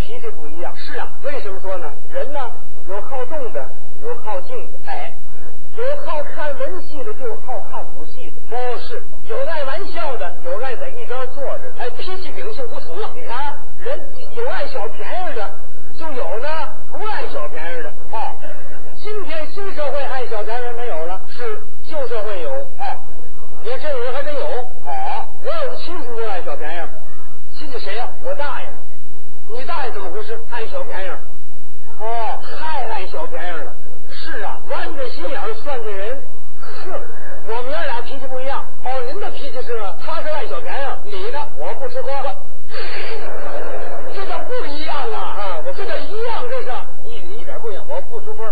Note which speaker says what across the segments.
Speaker 1: 机就不一样。
Speaker 2: 是啊，
Speaker 1: 为什么说呢？人呢有好动的，有好静的，
Speaker 2: 哎，
Speaker 1: 有好看文戏的，就有好看武戏的，
Speaker 2: 哦，是有爱玩笑的，
Speaker 1: 有爱在一边坐着的。
Speaker 2: 哎，脾气秉性不同啊。
Speaker 1: 你看，人有爱小便宜的，就有呢不爱小便宜的。
Speaker 2: 哦，
Speaker 1: 今天新社会爱小便宜没有了，
Speaker 2: 是，
Speaker 1: 旧社会有。
Speaker 2: 哎，
Speaker 1: 你看这种人还真有。
Speaker 2: 好，
Speaker 1: 我有个亲戚就爱小便宜，
Speaker 2: 亲戚谁呀、
Speaker 1: 我大爷，
Speaker 2: 你大爷怎么回事？
Speaker 1: 爱小便宜，
Speaker 2: 哦，
Speaker 1: 太爱小便宜了，
Speaker 2: 是啊，
Speaker 1: 弯着心眼儿算计人。哼，我们爷俩脾气不一样，
Speaker 2: 哦，您的脾气是啊，
Speaker 1: 他是爱小便宜，
Speaker 2: 你的
Speaker 1: 我不吃亏。
Speaker 2: 这叫不一样啊！
Speaker 1: 啊我
Speaker 2: 这叫一样，这是
Speaker 1: 一一点不一样，我不吃亏。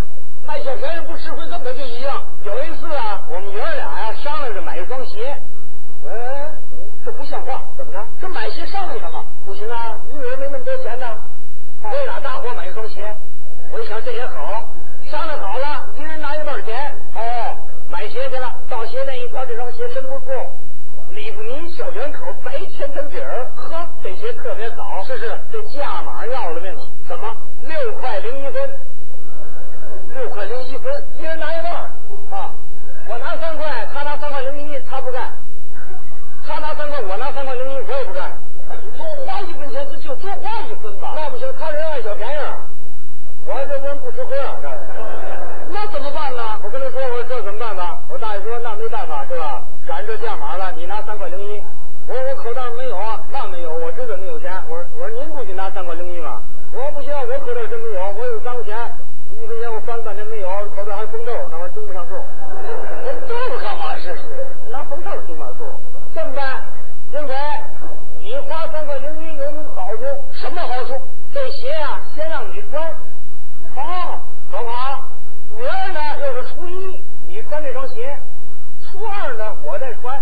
Speaker 2: 爱小便宜不吃亏，根本就一样。
Speaker 1: 有一次啊，我们爷儿俩呀、商量着买一双鞋，哎
Speaker 2: 嗯，这不像话，
Speaker 1: 怎么着？
Speaker 2: 这买鞋商量什么？
Speaker 1: 不行啊，一个人没那么多钱呢，为俩大伙买一双鞋。我一想这也好，商量好了，一人拿一半钱，
Speaker 2: 哦，
Speaker 1: 买鞋去了。到鞋店一挑，这双鞋真不错，里布尼小圆口白千层底儿，呵，这鞋特别好。
Speaker 2: 是是，
Speaker 1: 这价码要了命了，
Speaker 2: 怎么
Speaker 1: 六块零一分，
Speaker 2: 六块零一分
Speaker 1: 一人拿一半儿。
Speaker 2: 啊？
Speaker 1: 我拿三块，他拿三块零一，他不干；他拿三块，我拿三块零一，我也不干。
Speaker 2: 多花一分钱，这就多花一分吧。
Speaker 1: 那不行，他人爱小便宜儿，我这人不吃亏啊。这是
Speaker 2: 那那怎么办呢？
Speaker 1: 我跟他说，我说这怎么办吧？我大爷说那没办法是吧？赶这价码了，你拿三块零一。我说我口袋没有啊，那没有，我知道你有钱。我说我说您不许拿三块零一吗？我说不行，我口袋真没有，我有脏钱，一分钱我翻半天没有，口袋还崩豆呢，那玩意儿蹲不上数。
Speaker 2: 您逗着干嘛？这是
Speaker 1: 拿红豆去买树。这么办，英才，你花三块零一有你好处，
Speaker 2: 什么好处？
Speaker 1: 这鞋啊先让你穿，
Speaker 2: 哦，
Speaker 1: 好不好？明儿呢又是初一，你穿这双鞋；初二呢我再穿。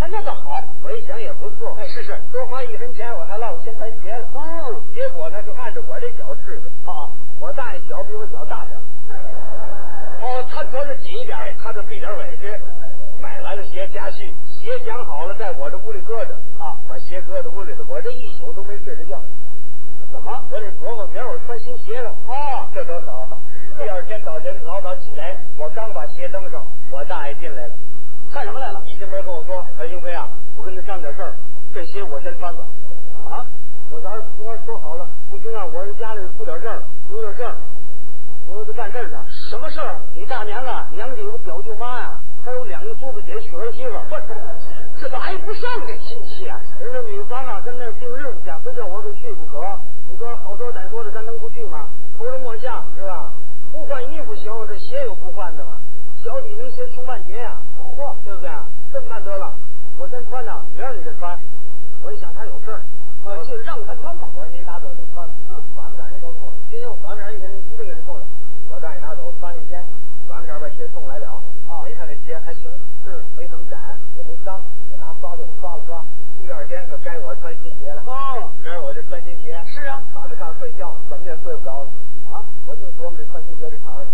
Speaker 2: 哎，那倒好。
Speaker 1: 我一想也不错，
Speaker 2: 哎，是是，
Speaker 1: 多花一分钱我还落个先穿鞋了。
Speaker 2: 嗯
Speaker 1: 结果呢就按照我这脚试的，
Speaker 2: 啊，
Speaker 1: 我大爷脚比我脚大点儿，
Speaker 2: 哦，他着是紧一点
Speaker 1: 哎
Speaker 2: 儿
Speaker 1: 他就费点委屈，买完了鞋家去，鞋讲好了在我这屋里搁着。
Speaker 2: 啊？
Speaker 1: 把鞋搁在屋里头，我这一宿都没睡着觉。
Speaker 2: 怎么？
Speaker 1: 我得琢磨，明儿我穿新鞋了，
Speaker 2: 哦，
Speaker 1: 这多好！第二天早晨老早起来，我刚把鞋蹬上，我大爷进来了，
Speaker 2: 干什么来了？
Speaker 1: 一进门跟我说：“小英飞啊，我跟他商量点事儿，这鞋我先穿吧。”
Speaker 2: 啊？
Speaker 1: 我咱昨儿说好了，不行啊，我是家里出点事儿，有点事儿，我说就办事儿去。
Speaker 2: 什么事儿？
Speaker 1: 你大娘啊，娘家有个表舅妈呀、还有两个叔伯姐、娶儿媳妇儿，
Speaker 2: 这都挨不上这亲戚啊！
Speaker 1: 人家女方啊跟那儿定日子去，非叫我给去不可。你说好说歹说的，咱能不去吗？头人莫下是吧？不换衣服行，这鞋有不换的吗？小底泥鞋出半截呀、嚯，对不对？这么办得了，我先穿呢，明儿你再穿。我一想他有事儿，
Speaker 2: 呃，就让他穿吧。
Speaker 1: 啊我说您拿走您穿吧，嗯，晚不点您给我送来。今天我晚不点一天，您一定给您送来。我让你拿走，穿一天，晚不点把鞋送来了。
Speaker 2: 啊
Speaker 1: 我一看这鞋还行，是没怎么展，也没脏，我拿刷子给刷了刷。第二天可该我穿新鞋了，
Speaker 2: 哦，
Speaker 1: 明儿我就穿新鞋，
Speaker 2: 是啊，
Speaker 1: 躺在炕睡觉，怎么也睡不着了。
Speaker 2: 啊
Speaker 1: 我就琢磨着穿新鞋这茬儿，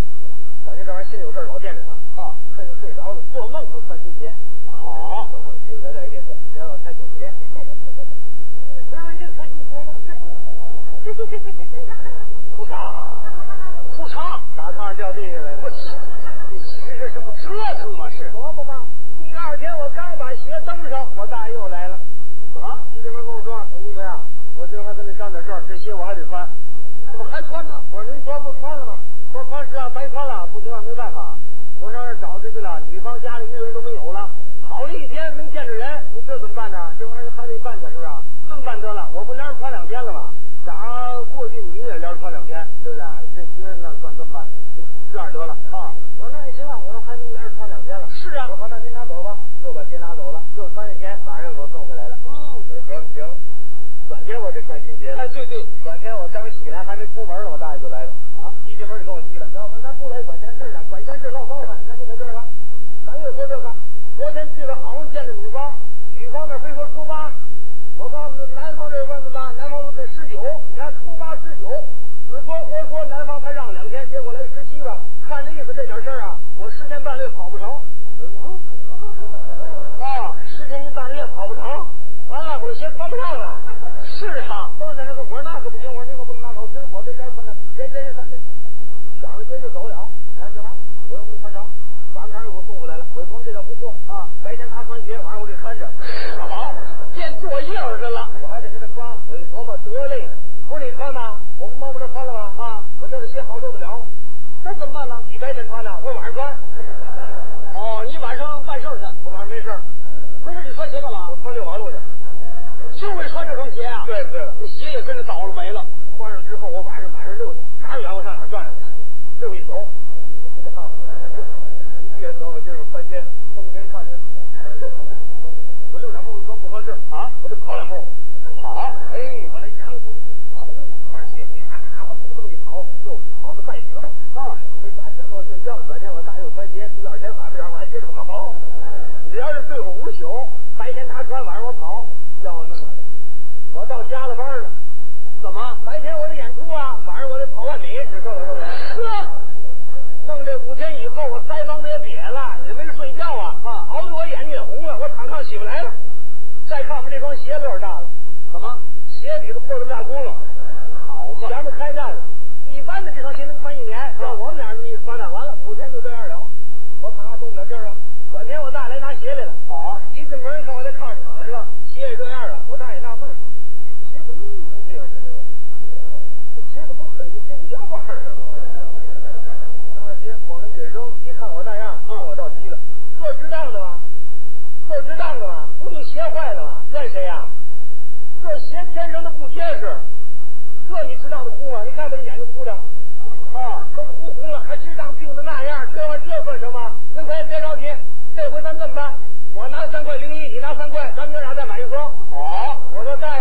Speaker 1: 感觉这玩意儿心里有事儿老惦着它，
Speaker 2: 啊，
Speaker 1: 趁着睡着了，做梦都穿新鞋。
Speaker 2: 好，
Speaker 1: 做梦有点点意思，别让我穿新鞋。
Speaker 2: 裤衩，裤衩，
Speaker 1: 打炕上掉地下来了
Speaker 2: 我。去，这这这不折腾吗？是
Speaker 1: 萝卜吗？第二天我刚把鞋蹬上，我大爷又来了。
Speaker 2: 啊，
Speaker 1: 徐志明跟我说：“小金梅啊，我今儿还跟你商点事儿，这鞋我还得穿。
Speaker 2: 怎么还穿呢？”
Speaker 1: 我说：“您穿不穿了吗？”我说：“穿是啊，白穿了，不行啊，没办法。我上那儿找去去了，女方家里一个人都没有了，跑了一天没见着人，你这怎么办呢？这玩意儿还得办去，是不是？这么办得了，我不连着穿两天了吗？咱过去你也连着穿两天，对不对？这鞋那算这么办，这样得了。”
Speaker 2: 啊，
Speaker 1: 我说那也行啊，我说还能连着穿两天了。
Speaker 2: 是啊
Speaker 1: 我说那您拿走吧，就把鞋拿走了，就穿一天，晚上给我送回来了。
Speaker 2: 嗯，
Speaker 1: 我说行，转天我就穿新鞋
Speaker 2: 哎，
Speaker 1: 了。
Speaker 2: 对对，
Speaker 1: 转天我刚起来还没出门呢，我大爷就来了。
Speaker 2: 啊，
Speaker 1: 一进门就跟我提了，我说咱不来管闲事了，管闲事落风了，咱就在这儿了。咱就说这个，昨天去了好容易见着女方，女方那非说初八，我告诉男方这问问吧，男方说得十九，你看初八十九，死说活说男方才让两天，结果来十七了，看这意思这点事儿啊，我十天半个月跑不成。啊，十天一半个月跑不成，完了我鞋穿不上了。
Speaker 2: 是啊，
Speaker 1: 都在那个，我说那可不行，我说这个不能拿走，方便这穿了吧？啊，我那个鞋好受得了。那怎么办呢？你白天穿呢，我晚上穿。
Speaker 2: 哦，你晚上办事儿去，
Speaker 1: 我晚上没事儿，
Speaker 2: 不是你穿鞋干嘛
Speaker 1: 我？穿就完了我就。
Speaker 2: 就为穿这双鞋啊？，
Speaker 1: 对了对了，
Speaker 2: 这鞋也跟着倒了霉了。
Speaker 1: 穿上之后我晚上马上溜去，哪儿远我上哪儿转去，溜一宿。 别走，我今儿半天风天半天，我溜两步光不合适啊，我得跑两步。
Speaker 2: 好，
Speaker 1: 哎，我这羊跑一块儿去，咔咔往这么一跑，又跑到再远。啊，这咱这说睡觉昨天我大右穿鞋，第二天晚上我还接着跑。你要是对我无宿，白天他穿，晚上我跑，要我弄的。我到加了班了，
Speaker 2: 怎么？
Speaker 1: 白天我得演出啊，晚上我得跑万米，你受得了吗？
Speaker 2: 呵，
Speaker 1: 弄这五天以后，我腮帮子也瘪了，也没人睡觉啊，
Speaker 2: 啊
Speaker 1: 熬得我眼睛也红了，我躺炕起不来了。再看我们这双鞋有点大了，
Speaker 2: 怎么？
Speaker 1: 鞋底子破这么大窟窿。
Speaker 2: 好啊嘛，
Speaker 1: 前面开战了。一般的这双鞋能穿一年，像我们俩这么一穿呢，完了五天就这样了。我咔咔动不了劲儿了。转天我大爷来拿鞋来了，
Speaker 2: 好，
Speaker 1: 一进门看我在炕上躺着了，鞋也这样了。我大爷纳闷儿，鞋怎么那么地方？这鞋怎么很这不像话儿啊？拿着鞋往那一扔，一看我那样，看我到齐了，这值当的吧？这值当的吧？不就鞋坏了吗？怨谁呀、这鞋天生的不结实，这你知道的哭啊！你看我这眼睛哭的，啊，都哭红了，还知当病的那样，这玩意儿这算什么？那块别着急，这回咱这么办？我拿三块零一，你拿三块，咱们娘俩再买一双。
Speaker 2: 好，
Speaker 1: 我说大